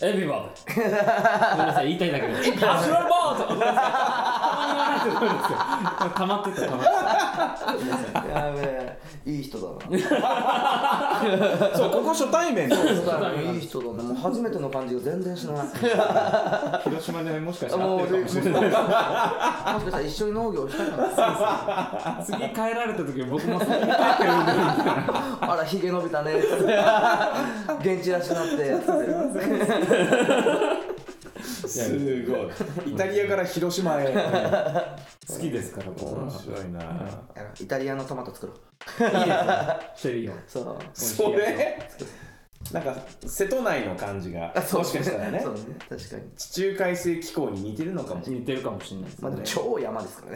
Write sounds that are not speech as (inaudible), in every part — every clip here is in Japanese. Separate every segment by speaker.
Speaker 1: エビバーデごめんなさい言いたいだけですアシュラボーとかたまに笑ってくるんですよたまってたたまって
Speaker 2: やべえいい人だ
Speaker 3: (laughs)
Speaker 2: な
Speaker 3: そうここ初対面
Speaker 2: 初対面いい人だなもう初めての感じが全然しない
Speaker 3: 広島で (laughs) もしかしたら
Speaker 2: も
Speaker 3: 会
Speaker 2: う
Speaker 3: って
Speaker 2: で
Speaker 3: る
Speaker 2: も
Speaker 3: か
Speaker 2: し
Speaker 3: も
Speaker 2: かし
Speaker 3: しれない
Speaker 2: たら一緒に農業したかな
Speaker 1: た次帰られた時僕も先に帰ってるんで
Speaker 2: あらひげ伸びたね (laughs) 現地らしくな
Speaker 3: (laughs)
Speaker 2: って
Speaker 3: すごいイタリアから広島へ
Speaker 1: 好きですから僕は
Speaker 3: 面白いな
Speaker 2: イタリアのトマト作ろう
Speaker 1: いいですシェリオ
Speaker 2: そう
Speaker 3: それなんか瀬戸内の感じが
Speaker 2: あそう
Speaker 3: もしかしたらね
Speaker 2: そうね確かに
Speaker 3: 地中海性気候に似てるのかもしれない
Speaker 1: 似てるかもしれないです
Speaker 2: まあでも
Speaker 1: ね
Speaker 2: 超山です
Speaker 3: (laughs)
Speaker 2: から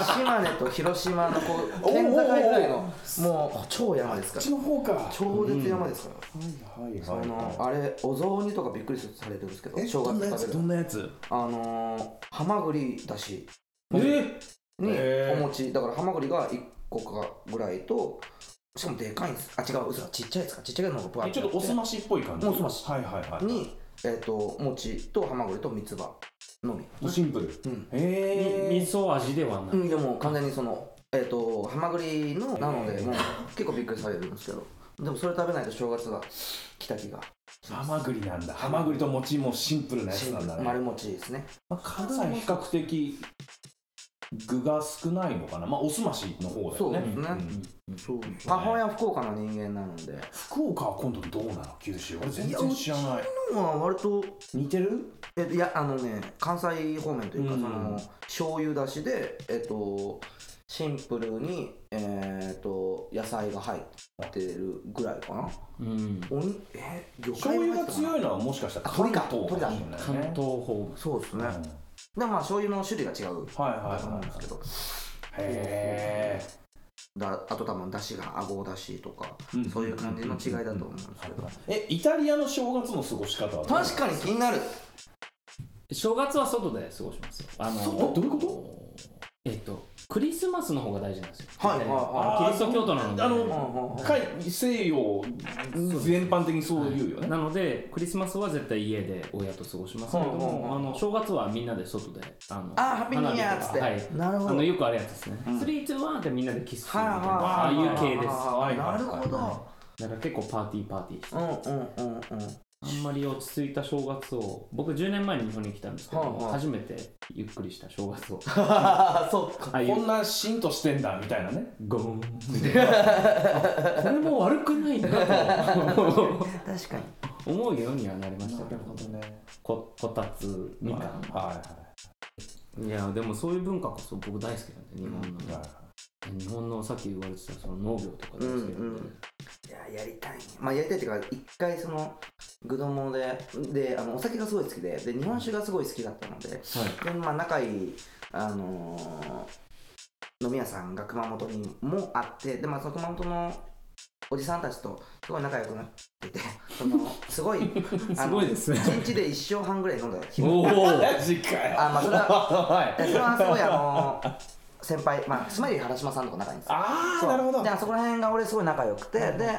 Speaker 2: ね島根と広島のこう県境ぐらい
Speaker 3: お
Speaker 2: のもう超山ですか
Speaker 3: こっ
Speaker 2: ら
Speaker 3: ちの方かはい
Speaker 2: 超絶山ですから、
Speaker 3: はい
Speaker 2: その
Speaker 3: は
Speaker 2: あれお雑煮とかびっくりするとされてるんですけど
Speaker 3: いえ
Speaker 2: 正
Speaker 3: どんなや
Speaker 2: 月
Speaker 3: つ
Speaker 2: 食べ
Speaker 3: ど
Speaker 2: る
Speaker 3: んなやつ
Speaker 2: あのー、ハマグリだし
Speaker 1: え
Speaker 2: に
Speaker 3: へー
Speaker 2: お餅だからハマグリが1個かぐらいとしかもでかいんですあ違う嘘だちっちゃいですかちっちゃいのがぶわ
Speaker 3: えちょっとおすましっぽい感じ
Speaker 2: おすまし
Speaker 3: はいはいはい
Speaker 2: にえっ、と餅とハマグリと三つ葉のみ
Speaker 3: シンプル
Speaker 2: うん
Speaker 3: へ
Speaker 1: み味
Speaker 3: え
Speaker 1: 噌味ではない
Speaker 2: うん、でも完全にその、えー、とハマグリのなのでもう結構びっくりされるんですけどでもそれ食べないと正月が来た気が
Speaker 3: ハマグリなんだハマグリと餅もシンプルなやつなんだね
Speaker 2: 丸餅ですね
Speaker 3: まあ、関西比較的具が少ないのかなまあおすましの方だ
Speaker 2: そう
Speaker 3: よ
Speaker 2: で
Speaker 3: ね
Speaker 2: すね
Speaker 1: うん
Speaker 2: そう母親は福岡の人間なので
Speaker 3: 福岡は今度どうなの九州俺全然知らない
Speaker 2: 今は割と
Speaker 3: 似てる
Speaker 2: えっといやあのね関西方面というか、
Speaker 3: うん
Speaker 2: その醤油だしでえっとシンプルにえっと野菜が入ってるぐらいかな
Speaker 1: うん
Speaker 2: おにえ魚
Speaker 3: 醤
Speaker 2: 介も入
Speaker 3: 油
Speaker 2: っ
Speaker 3: が
Speaker 2: てたかな
Speaker 3: 強いのはもしかしたら
Speaker 2: あ鶏か
Speaker 3: 関東かもしれないね
Speaker 1: 関東方
Speaker 2: そうですね、
Speaker 3: うん
Speaker 2: でもまあ醤油の種類が違う
Speaker 3: はいはい
Speaker 2: だと思うん
Speaker 3: は
Speaker 2: ですけど
Speaker 3: いへえ
Speaker 2: だあと多分だしがあごだしとか、
Speaker 3: うん
Speaker 2: そういう感じの違いだと思うんですけど、
Speaker 3: えイタリアの正月の過ごし方はどう
Speaker 2: 確かに気になる
Speaker 1: 正月は外で過ごしますよあの
Speaker 3: 外どういうこ
Speaker 1: えっとクリスマスの方が大事なんですよ
Speaker 2: はいはい
Speaker 1: あのキリスト教徒なので
Speaker 3: あ
Speaker 2: うんう
Speaker 3: の
Speaker 2: んうん
Speaker 3: 海西洋全般的にそう言うよね、
Speaker 1: なのでクリスマスは絶対家で親と過ごしますけれども、
Speaker 2: うんうんうん
Speaker 1: あの正月はみんなで外であの
Speaker 2: あーハッピーニューイヤーっつって、
Speaker 1: 花火とか
Speaker 2: なる
Speaker 1: はい、あのよくあるやつですね、スリーツーワンってみんなでキスするみたいな、ああいう系です
Speaker 3: はいは
Speaker 2: な
Speaker 3: い
Speaker 2: るほど
Speaker 1: だから結構パーティーパーティーして
Speaker 2: うんうんうんうん
Speaker 1: あんまり落ち着いた正月を僕10年前に日本に来たんですけど、
Speaker 2: はいはい
Speaker 1: 初めてゆっくりした正月を (laughs)
Speaker 2: そっか
Speaker 1: ああい
Speaker 3: こん
Speaker 1: う
Speaker 3: なシーンとしてんだみたいなね
Speaker 1: ゴーンみたいなあこれも悪くないなと
Speaker 2: 確かに
Speaker 1: 思うようにはなりましたけど
Speaker 3: ね
Speaker 1: ここたつみ
Speaker 3: はい
Speaker 1: かん、
Speaker 3: はい
Speaker 1: やでもそういう文化こそ僕大好きなんで日本の、
Speaker 3: いはい
Speaker 1: 日本のさっき言われてたその農業とか大好きなんで、
Speaker 2: うんうんいややりたいねまあやりたいっていうか一回その具どもでであのお酒がすごい好きでで日本酒がすごい好きだったのででまあ仲いいあのー飲み屋さんが熊本にもあってでまあその熊本のおじさんたちとすごい仲良くなっててその
Speaker 1: (laughs)
Speaker 2: すごい
Speaker 1: すごいですね
Speaker 2: あの一日で一生半ぐらい飲んだ日
Speaker 1: (laughs)
Speaker 2: も
Speaker 1: おお
Speaker 3: マジかよ
Speaker 2: あまあそれは
Speaker 3: はい
Speaker 2: いやそれはすごいあのー先輩まあ島より原島さんとか仲いいんですよ
Speaker 3: ああ
Speaker 2: そう
Speaker 3: なるほど
Speaker 2: であそこら辺が俺すごい仲良くて
Speaker 3: はいはい
Speaker 2: で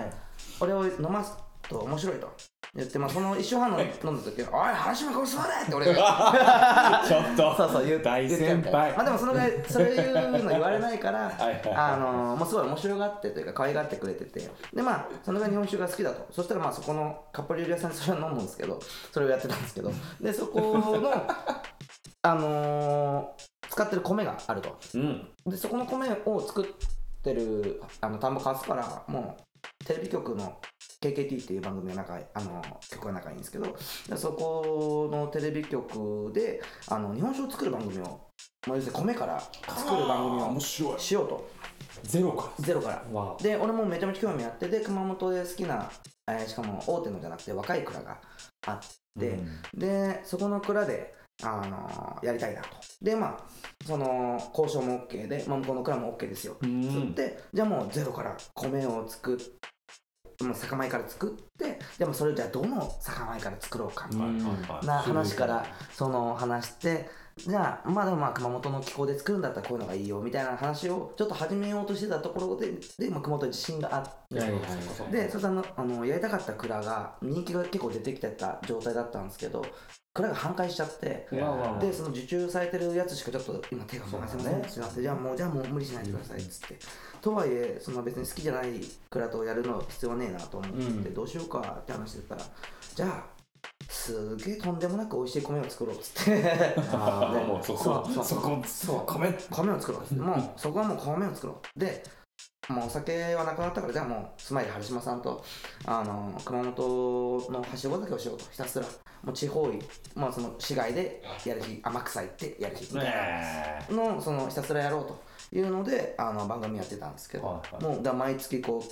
Speaker 2: 俺を飲ますと面白いと言ってまあその一生半の飲んだ時「おい原島ここ座れ!」って俺が
Speaker 3: (laughs) ちょっと
Speaker 2: そうそう言う
Speaker 3: 大
Speaker 2: 言っちゃうみたい
Speaker 3: 先輩
Speaker 2: まあでもそのぐらいそれ言うの言われないから
Speaker 3: (laughs) はいはい
Speaker 2: あのーもうすごい面白がってというか可愛がってくれててでまあそのぐらい日本酒が好きだとそしたらまあそこのカップリューリアさんにそれを飲むんですけどそれをやってたんですけどでそこ
Speaker 3: (laughs)
Speaker 2: のあのー使ってる米があると
Speaker 3: うん
Speaker 2: でそこの米を作ってるあの田んぼ貸すからもうテレビ局の KKT っていう番組が仲いいあの曲が仲いいんですけどでそこのテレビ局であの日本酒を作る番組を、まあ、要するに米から作る番組
Speaker 3: あ
Speaker 2: を
Speaker 3: ー面白い
Speaker 2: しようと
Speaker 3: ゼロか
Speaker 2: ゼロから
Speaker 1: わ
Speaker 2: で俺もめちゃめちゃ興味あってで熊本で好きな、えーしかも大手のじゃなくて若い蔵があって、でそこの蔵で、あのやりたいなとでまあその交渉も OK で、まあ、向こうの蔵も OK ですよ
Speaker 3: う
Speaker 2: つっ
Speaker 3: ん
Speaker 2: て、じゃあもうゼロから米を作っもう酒米から作ってでもそれをじゃあどの酒米から作ろうかみたいな
Speaker 1: うん
Speaker 3: はいはいはい
Speaker 2: な話からその話してじゃあまあでもまあ熊本の気候で作るんだったらこういうのがいいよみたいな話をちょっと始めようとしてたところでで、まあ、熊本に地震があって、
Speaker 1: はいはい
Speaker 2: でそしたらあのやりたかった蔵が人気が結構出てきてた状態だったんですけど蔵が半壊しちゃって
Speaker 1: うわうわうわ
Speaker 2: でその受注されてるやつしかちょっと今手が回せませんすいませんじゃあもうじゃあもう無理しないでくださいっつってとはいえその別に好きじゃない蔵とやるのは必要ねえなと思って、
Speaker 1: うん
Speaker 2: どうしようかって話してたらじゃあすげえとんでもなく美味しい米を作ろうっつって
Speaker 3: (laughs) あーもうそこ
Speaker 2: そう
Speaker 3: そこそう米
Speaker 2: 米を作ろうっつってもうそこはもう米を作ろうでもうお酒はなくなったからじゃあもうスマイル春島さんとあの熊本のはしご酒をしようとひたすらもう地方いまあその市外でやる日天草行ってやる日みたいな
Speaker 3: ね
Speaker 2: のそのひたすらやろうというのであの番組やってたんですけど、
Speaker 3: はいはい
Speaker 2: もうだ毎月こう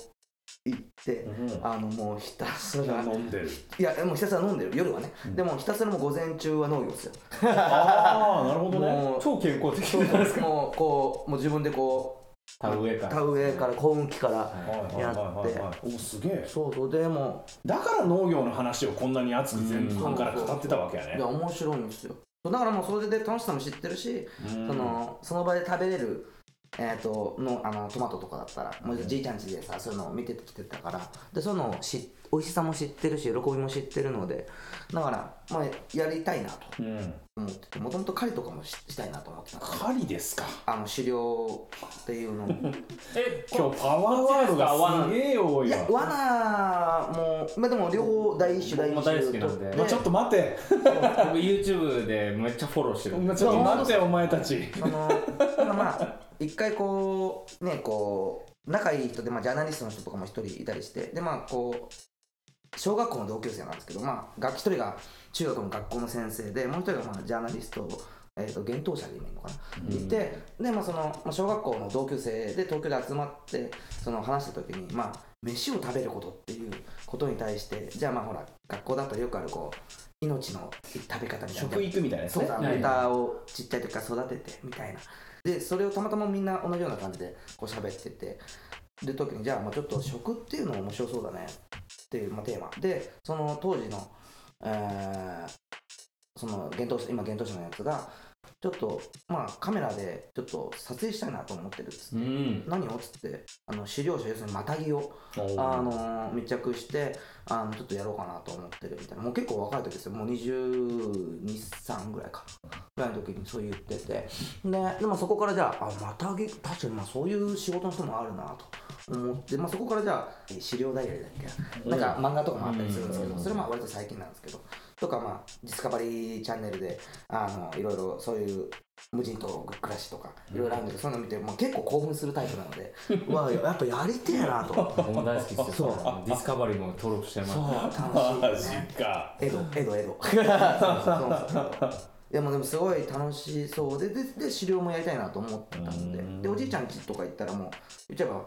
Speaker 2: 行って、あのもうひたすら
Speaker 3: 飲んでる
Speaker 2: いやもうひたすら飲んでる夜はね、でもひたすらもう午前中は農業ですよ
Speaker 3: ああなるほどね
Speaker 2: もう
Speaker 1: 超健康的
Speaker 2: そうですもうこうもう自分でこ
Speaker 1: 田植え
Speaker 2: う
Speaker 1: か
Speaker 2: 田植えから耕運機から、
Speaker 3: はいはいはいはいはいおすげえ
Speaker 2: そうそうでも
Speaker 3: だから農業の話をこんなに熱く前半から語ってたわけや
Speaker 2: い
Speaker 3: ね
Speaker 2: や面白いんですよだからもうそれで楽しさも知ってるし、
Speaker 3: うん
Speaker 2: そのその場で食べれるえー、とのあのトマトとかだったら、もうじいちゃん家でさそういうのを見てきてたからでそういうのをし美味しさも知ってるし喜びも知ってるのでだから、まあ、やりたいなと
Speaker 3: うん
Speaker 2: 思っててもともと狩りとかもししたいなと思ってた
Speaker 3: 狩りですか
Speaker 2: あの狩猟っていうのも
Speaker 1: え
Speaker 3: 今日パワーワードがすげえ多
Speaker 2: い
Speaker 3: いわ
Speaker 2: や罠も、まあ、でも両方第一種第
Speaker 1: 僕も
Speaker 2: 二
Speaker 1: 大
Speaker 2: 種
Speaker 1: 好きなんで
Speaker 2: と
Speaker 3: まあちょっと待て
Speaker 1: 僕 YouTube でめっちゃフォローしてる
Speaker 3: ちょっと待ってお前たち
Speaker 2: そのただまあ一回こうねこう仲いい人で、まあ、ジャーナリストの人とかも一人いたりしてでまあこう小学校の同級生なんですけどまあ学一人が中学の学校の先生でもう一人がまあジャーナリストえー、と幻冬者でいいのかな、いてで、まあ、そのまあ小学校の同級生で東京で集まってその話した時に、まあ、飯を食べることっていうことに対してじゃあまあほら学校だったらよくあるこう命の食べ方みたいな
Speaker 3: 食育みたいなやつ
Speaker 2: そう
Speaker 3: ね
Speaker 2: だ、
Speaker 1: ね
Speaker 2: ネタをちっちゃい時から育ててみたいな。で、それをたまたまみんな同じような感じでこう喋ってて、で、時に、じゃあもうちょっと食っていうの面白そうだねっていう、まあ、テーマ。で、その当時の、えーその、幻冬者今、幻冬者のやつが、ちょっと、まあ、カメラでちょっと撮影したいなと思ってるっつって
Speaker 1: うん
Speaker 2: 何をっつって、あの、狩猟者、要するにマタギを、あの密着してあのちょっとやろうかなと思ってるみたいなもう結構若い時ですよもう223ぐらいかぐらいの時にそう言っててででもそこからじゃああまたげ確かにまあそういう仕事の人もあるなと思って、まあ、そこからじゃあ資料ダイヤルだっけなんか漫画とかもあったりするんですけどそれも割と最近なんですけどとかまあディスカバリーチャンネルであのいろいろそういう無人島暮らしとかいろいろあるんだけどそういうの見て、まあ、結構興奮するタイプなの (laughs) でうわやっぱやりてえなと。
Speaker 1: 僕も大好きですよ
Speaker 2: そう
Speaker 1: ディスカバリーも登録してます
Speaker 2: そう
Speaker 3: マ
Speaker 2: 楽しい、
Speaker 3: ジ (laughs)
Speaker 2: ね、
Speaker 3: か
Speaker 2: エドエドエ (laughs) ドそうそうでもでもすごい楽しそうででで狩猟もやりたいなと思ってたので
Speaker 3: うん
Speaker 2: でおじいちゃん家とか行ったらもう言っちゃえば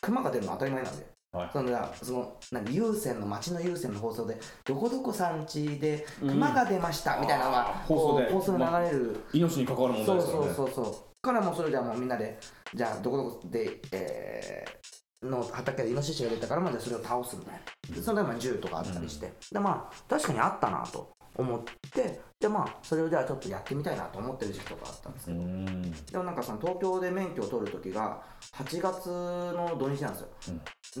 Speaker 2: 熊が出るの当たり前なんで、
Speaker 3: はい
Speaker 2: そのだその何有線の町の有線の放送でどこどこさん家で熊が出ました、みたいなのが
Speaker 3: あー放送で
Speaker 2: こう放送で流れる、
Speaker 3: 命に関わる問題
Speaker 2: そう
Speaker 3: ですから
Speaker 2: そう
Speaker 3: ね
Speaker 2: そうそうからもうそれじゃあもうみんなでじゃあどこどこでえーの畑でイノシシが出たからまあじゃあそれを倒すみたいなでその時まあ銃とかあったりして、でまあ確かにあったなと思ってでまあそれをじゃあちょっとやってみたいなと思ってる時期とかあったんですけ
Speaker 3: う
Speaker 2: ど、
Speaker 3: ん
Speaker 2: でもなんかその東京で免許を取る時が8月の土日なんですよ、で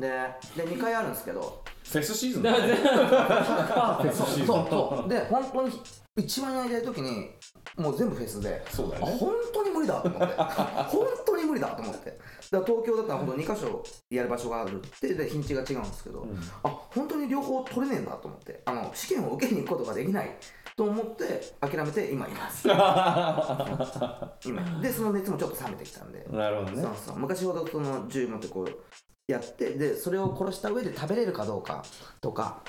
Speaker 2: で2回あるんですけど
Speaker 3: フェスシーズンだ
Speaker 2: (laughs)
Speaker 3: ね
Speaker 2: そうそうそうで本当に一番やりたい時にもう全部フェスで
Speaker 3: そうだ
Speaker 2: あ (laughs)
Speaker 3: よね
Speaker 2: 本当に無理だと思って
Speaker 3: (laughs)
Speaker 2: 本当に無理だと思ってだから東京だったら本当2箇所やる場所があるってで日にちが違うんですけど、
Speaker 3: ん
Speaker 2: あ本当に両方取れねえんだと思ってあの試験を受けに行くことができないと思って諦めて今います今でその熱もちょっと冷めてきたんで、
Speaker 3: なるほどね
Speaker 2: そうそう昔ほどその銃持ってこうやってでそれを殺した上で食べれるかどうかとか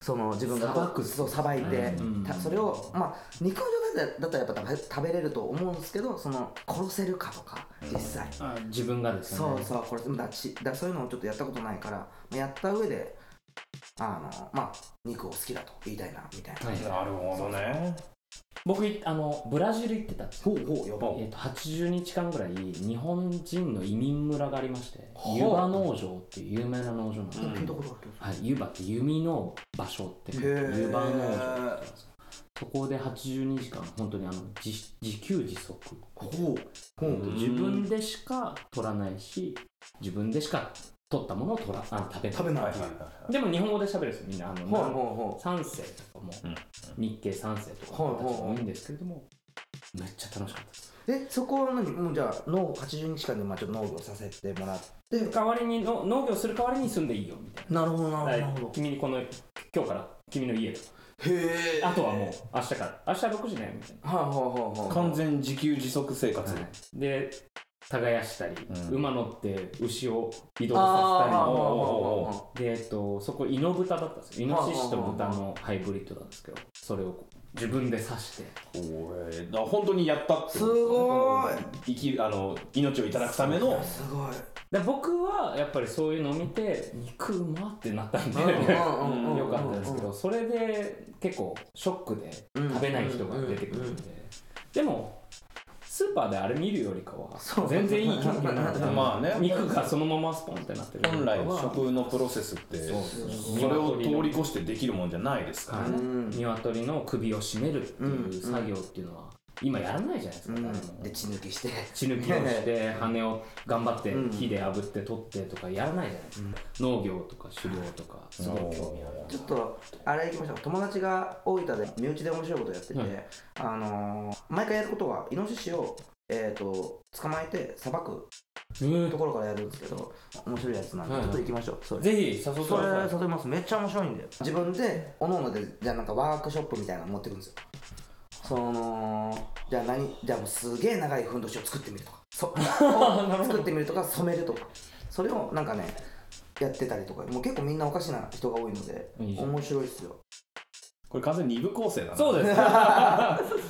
Speaker 2: その自分がこう
Speaker 1: 捌く
Speaker 2: そうさばいて、
Speaker 1: うん
Speaker 2: たそれをまあ肉の状態だだったらやっぱ食べ食べれると思うんですけどその殺せるかとか実際、
Speaker 1: あ自分がです
Speaker 2: そ
Speaker 1: よ
Speaker 2: う
Speaker 1: ね
Speaker 2: そう殺せだしだそういうのをちょっとやったことないからまあやった上であのまあ肉を好きだと言いたいなみたいな。
Speaker 1: はい
Speaker 3: なるほどね
Speaker 1: 僕いあのブラジル行ってたんです
Speaker 2: ほうほうやば
Speaker 1: えっと80日間ぐらい日本人の移民村がありまして湯葉農場っていう有名な農場なんです
Speaker 2: 聞いたことある
Speaker 1: はい、湯葉って弓の場所って
Speaker 2: へー
Speaker 1: 湯葉農場って言うんですよそこで82時間本当にあの自自給自足
Speaker 2: ほうほう
Speaker 3: うん
Speaker 1: 自分でしか取らないし自分でしか取ったものを取らあの食べない
Speaker 2: 食べない、
Speaker 3: はいはい
Speaker 2: ほ
Speaker 3: はいはい
Speaker 1: でも日本語で喋るんですよみんなあの、
Speaker 2: うほうほ
Speaker 1: 三世とかも、
Speaker 3: うん
Speaker 1: 日経三世とか
Speaker 2: はいはいはい
Speaker 1: も多いんですけれども、めっちゃ楽しかったです。
Speaker 2: うえそこは何もうじゃあ農80日間でまあちょっと農業させてもらって
Speaker 1: 代わりにの農業する代わりに住んでいいよみたい
Speaker 2: なるほど
Speaker 1: な。
Speaker 2: なるほどなるほ
Speaker 1: はい君にこの今日から君の家と
Speaker 2: どへえ
Speaker 1: あとはもう明日から明日6時ねみたい
Speaker 2: はいはいはいはい
Speaker 3: 完全自給自足生活
Speaker 1: な。で耕したり、
Speaker 3: うん
Speaker 1: 馬乗って牛を移動させたり
Speaker 3: ー
Speaker 1: も。
Speaker 2: ああ
Speaker 1: でえっと、そこイノブタだったんですよイノシシと豚
Speaker 2: はいはい
Speaker 1: のハイブリッドなんですけどそれをこう自分で刺して
Speaker 3: おーえーだから本当にやったって
Speaker 2: す
Speaker 3: こと
Speaker 2: ごーい
Speaker 3: 生きあの命をいただくための
Speaker 2: すごい
Speaker 1: で僕はやっぱりそういうのを見て肉うまってなったんで、
Speaker 2: うんうんうんうん
Speaker 1: よかったですけどそれで結構ショックで
Speaker 2: うん
Speaker 1: 食べない人が出てくるんででもスーパーであれ見るよりかは
Speaker 2: そう
Speaker 1: 全然いい経験になって
Speaker 3: うんまあね
Speaker 1: 肉がそのままスポンってなってる
Speaker 3: 本来の
Speaker 1: は
Speaker 3: 食のプロセスって
Speaker 1: そう
Speaker 3: それを通り越してできるもんじゃないですから
Speaker 1: はい
Speaker 3: ね
Speaker 2: うん
Speaker 1: 鶏の首を絞めるっていう作業っていうのは今やらないじゃないです
Speaker 2: う
Speaker 1: か、誰も
Speaker 2: んで血抜きして
Speaker 1: 血抜きをして羽を頑張って
Speaker 2: うん
Speaker 1: 火で炙って取ってとかやらないじゃないですか、農業とか狩猟とかすごい興味ある
Speaker 2: ちょっとあれ行きましょう友達が大分で身内で面白いことやってて、
Speaker 1: はい
Speaker 2: あのー毎回やることはイノシシをえー、と捕まえてさばく
Speaker 1: うん
Speaker 2: ところからやるんですけど面白いやつなんで、
Speaker 1: はい
Speaker 2: ちょっと行きましょうそれ
Speaker 1: ぜひ誘ってく
Speaker 2: そ
Speaker 1: (laughs)
Speaker 2: れ
Speaker 1: ださ
Speaker 2: 誘いますめっちゃ面白いんだよ自分でおのおのでじゃあなんかワークショップみたいなの持ってくんですよそのじゃあ何じゃあもうすげえ長いふんどしを作ってみるとかそ作ってみるとか染めるとかそれをなんかねやってたりとかもう結構みんなおかしな人が多いので
Speaker 1: いいじゃん
Speaker 2: 面白いっすよ
Speaker 3: これ完全に二部構成だ
Speaker 1: い
Speaker 3: な
Speaker 1: そうです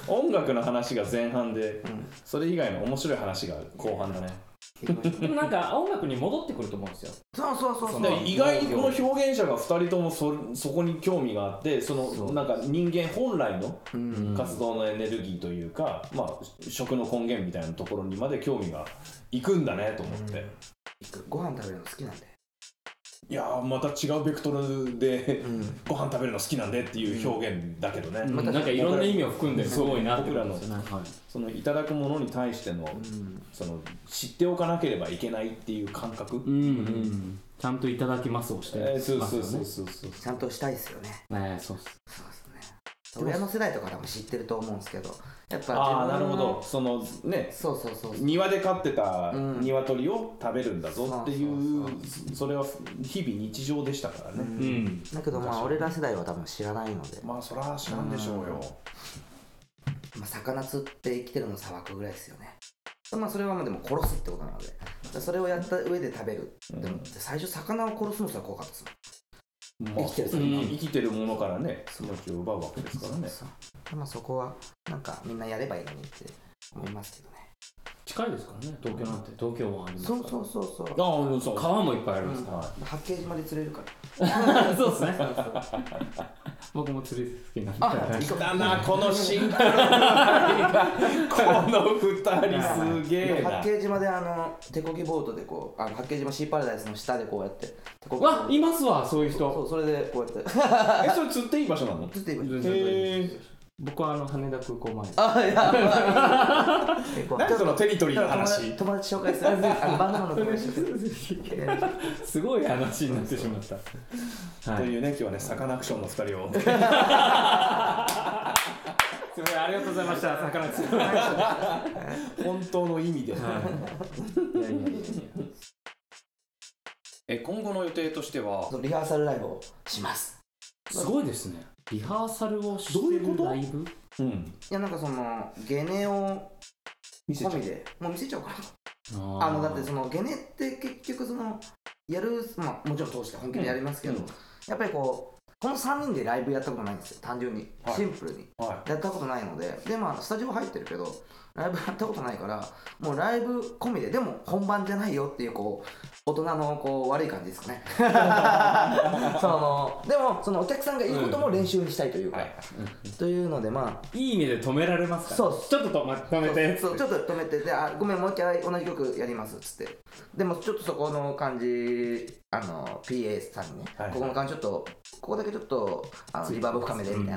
Speaker 3: 音楽の話が前半で
Speaker 2: うん
Speaker 3: それ以外の面白い話が後半だね
Speaker 1: (laughs) で
Speaker 3: (laughs)
Speaker 1: もなんか音楽に戻ってくると思うんですよ
Speaker 2: そうそうそうそう
Speaker 1: で
Speaker 3: で意外にこの表現者が2人ともそそこに興味があってその
Speaker 1: そう
Speaker 3: なんか人間本来の
Speaker 2: うん
Speaker 3: 活動のエネルギーというか、まあ、食の根源みたいなところにまで興味がいくんだねと思って、
Speaker 2: ご飯食べるの好きなんで
Speaker 3: いやーまた違うベクトルで (laughs)
Speaker 2: うん
Speaker 3: ご飯食べるの好きなんでっていう表現だけどね、
Speaker 1: うん
Speaker 2: また
Speaker 1: なんかいろんな意味を含んですごいなって思うんですよねはい
Speaker 3: そのいただくものに対しての
Speaker 2: うん
Speaker 3: その知っておかなければいけないっていう感覚、
Speaker 1: うんうんちゃんといただきますをして
Speaker 3: えーそうそう
Speaker 1: ますよ
Speaker 3: そう
Speaker 1: ね
Speaker 3: そうそう
Speaker 2: ちゃんとしたいですよね
Speaker 1: ねそうっす
Speaker 2: そうですね親の世代とか多分知ってると思うんですけどやっぱ
Speaker 3: ああ
Speaker 2: 自
Speaker 3: なる
Speaker 2: 分の
Speaker 3: ほどそのね
Speaker 2: そうそうそう
Speaker 3: 庭で飼ってた
Speaker 2: うん
Speaker 3: 鶏を食べるんだぞっていう,、
Speaker 2: そう
Speaker 3: それは日々日常でしたからね、
Speaker 2: うん
Speaker 1: うん
Speaker 2: だけどまあ俺ら世代は多分知らないので、ま
Speaker 3: まあそら知らんでしょうよ、
Speaker 2: あ、魚釣って生きてるの砂漠ぐらいですよねまあそれはまあでも殺すってことなのでそれをやった上で食べる、
Speaker 3: うん
Speaker 2: でも最初魚を殺すのさ怖かったですもん
Speaker 3: まあ
Speaker 2: 生きてる
Speaker 3: そう
Speaker 1: うん
Speaker 3: 生きてるものからね命を奪うわけですからね
Speaker 2: そうでまあそこはなんかみんなやればいいのにって思いますけどね
Speaker 1: 近いですからね東京なんて東京湾ありますか
Speaker 2: そ
Speaker 1: ら
Speaker 2: うそうそうそう
Speaker 3: ああそう
Speaker 1: 川もいっぱいありますか
Speaker 3: は
Speaker 2: 八景島で釣れるか
Speaker 1: (laughs)
Speaker 2: ら
Speaker 1: そうですね
Speaker 2: らそうそう
Speaker 1: 僕も釣り好きなんで
Speaker 2: あいいかも
Speaker 3: いだなこのシンクロの2人がこの2人すげえな
Speaker 2: 八景島であの手こぎボートでこうあの八景島シーパラダイスの下でこうやって手こぎボー
Speaker 1: わ
Speaker 2: ト
Speaker 1: いますわそういう人
Speaker 2: そうそれでこう
Speaker 3: (laughs)
Speaker 2: やって
Speaker 3: えそれ釣っていい場所なの
Speaker 2: ずっと今
Speaker 1: 全然
Speaker 3: へえ
Speaker 1: 僕はあの羽田空港 (laughs) 前
Speaker 2: あいや
Speaker 3: (laughs)
Speaker 2: 結構
Speaker 3: 何そのテリトリーの
Speaker 2: 友達
Speaker 3: 話
Speaker 2: 友達紹介するあのバンドマンの友達 (laughs) 紹介する
Speaker 1: すごい話になってしまった。
Speaker 3: と
Speaker 1: はい。
Speaker 3: いうね今日はねサカナクションの2人を
Speaker 1: すごいありがとうございました。さかなクション。
Speaker 3: 本当の意味で
Speaker 1: はい。いやいやいやいや
Speaker 3: え今後の予定としては
Speaker 2: そうリハーサルライブをします
Speaker 1: すごいですね。リハーサルをして
Speaker 3: どういうこと
Speaker 1: ライブ。
Speaker 3: うん
Speaker 2: いやなんかそのゲネを
Speaker 3: 見せちゃう
Speaker 2: 込みでもう見せちゃおうかな
Speaker 1: あ
Speaker 2: あのだってそのゲネって結局そのやるまあもちろん通して本気でやりますけど、
Speaker 3: うんうん
Speaker 2: やっぱりこうこの3人でライブやったことないんですよ単純に
Speaker 3: はい
Speaker 2: シンプルに、
Speaker 3: は
Speaker 2: やったことないのででまあスタジオ入ってるけどライブやったことないからもうライブ込みででも本番じゃないよっていうこう大人のこう悪い感じですかねそのでもそのお客さんがいいことも練習にしたいというか、
Speaker 1: はい
Speaker 2: というのでまあ
Speaker 1: いい意味で止められますから
Speaker 2: そう
Speaker 1: ちょっと止,、ま、止めて
Speaker 2: そうちょっと止めてであごめんもう一回同じ曲やりますっつってでもちょっとそこの感じあの PA さんにね、
Speaker 3: はい
Speaker 2: ここの感じちょっとここだけちょっとあのリバーブ深めでみたいな、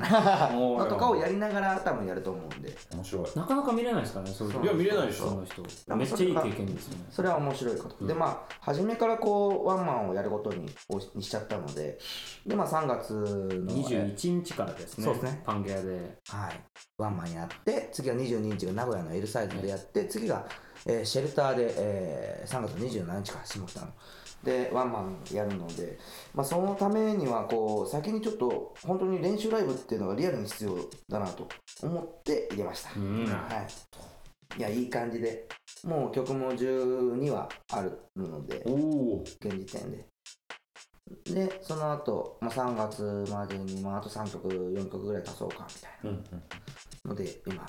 Speaker 3: お
Speaker 2: (laughs)
Speaker 3: ー
Speaker 2: とかをやりながら多分やると思うんで
Speaker 3: 面白い
Speaker 1: なかなか見れないですからねそういうの
Speaker 3: いや見れないでしょ
Speaker 1: その人めっちゃいい経験ですよね
Speaker 2: それは面白いこと、でまあ初めからこうワンマンをやることにをにしちゃったのででまあ3月の
Speaker 1: 21日からですね
Speaker 2: そうですね
Speaker 1: パンゲアで
Speaker 2: はい、ワンマンやって次は22日が名古屋の L サイズでやって、次が、えーシェルターで、えー3月27日から下北のでワンマンやるので、まあ、そのためにはこう先にちょっと本当に練習ライブっていうのがリアルに必要だなと思って入れました、
Speaker 1: うん
Speaker 2: はい、いやいい感じでもう曲も12はあるので
Speaker 3: おお
Speaker 2: 現時点で。で、その後、まあ、3月までに、まあ、あと3曲、4曲ぐらい足そうか、みたい
Speaker 3: うんうん
Speaker 2: なので、今、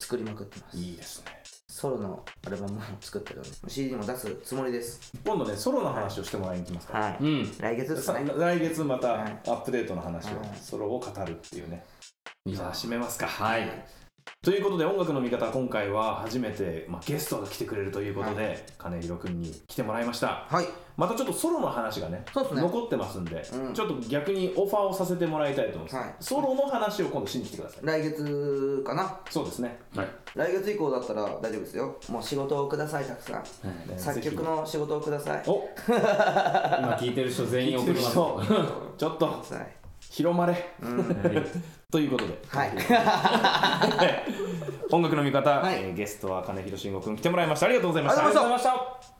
Speaker 2: 作りまくってます。
Speaker 3: いいですね
Speaker 2: ソロのアルバムも作ってるので、CD も出すつもりです。
Speaker 3: 今度ねソロの話をしてもらいに行きますから、
Speaker 2: は
Speaker 1: う
Speaker 2: い。
Speaker 1: ん
Speaker 2: 来月です
Speaker 3: さ
Speaker 2: ね。
Speaker 3: 来月またア
Speaker 2: はい
Speaker 3: ップデートの話を、
Speaker 2: はい
Speaker 3: ソロを語るっていうね
Speaker 1: いい
Speaker 3: じゃあ
Speaker 1: な
Speaker 3: 締めますか
Speaker 1: はい
Speaker 3: ということで音楽の味方今回は初めて、まあ、ゲストが来てくれるということで、金広くんに来てもらいました
Speaker 2: はい。
Speaker 3: またちょっとソロの話がね
Speaker 2: そうですね。
Speaker 3: 残ってますんで、
Speaker 2: うん
Speaker 3: ちょっと逆にオファーをさせてもらいたいと思います、
Speaker 2: はい
Speaker 3: ソロの話を今度しに来てください
Speaker 2: 来月かな
Speaker 3: そうですね
Speaker 1: はい
Speaker 2: 来月以降だったら大丈夫ですよ。もう仕事をください、たくさん。
Speaker 1: はい
Speaker 3: ね
Speaker 2: 作曲の仕事をください。
Speaker 3: お
Speaker 1: 今聞いてる人全員送ります
Speaker 3: そう (laughs) ちょっと
Speaker 2: ください。
Speaker 3: 広まれ
Speaker 2: うん。
Speaker 3: ということで (laughs)
Speaker 2: はい。
Speaker 3: 音楽の味方、
Speaker 2: はい
Speaker 3: えーゲストは金広慎吾くん来てもらいましたありがとうございました
Speaker 2: ありがとうございました
Speaker 1: ました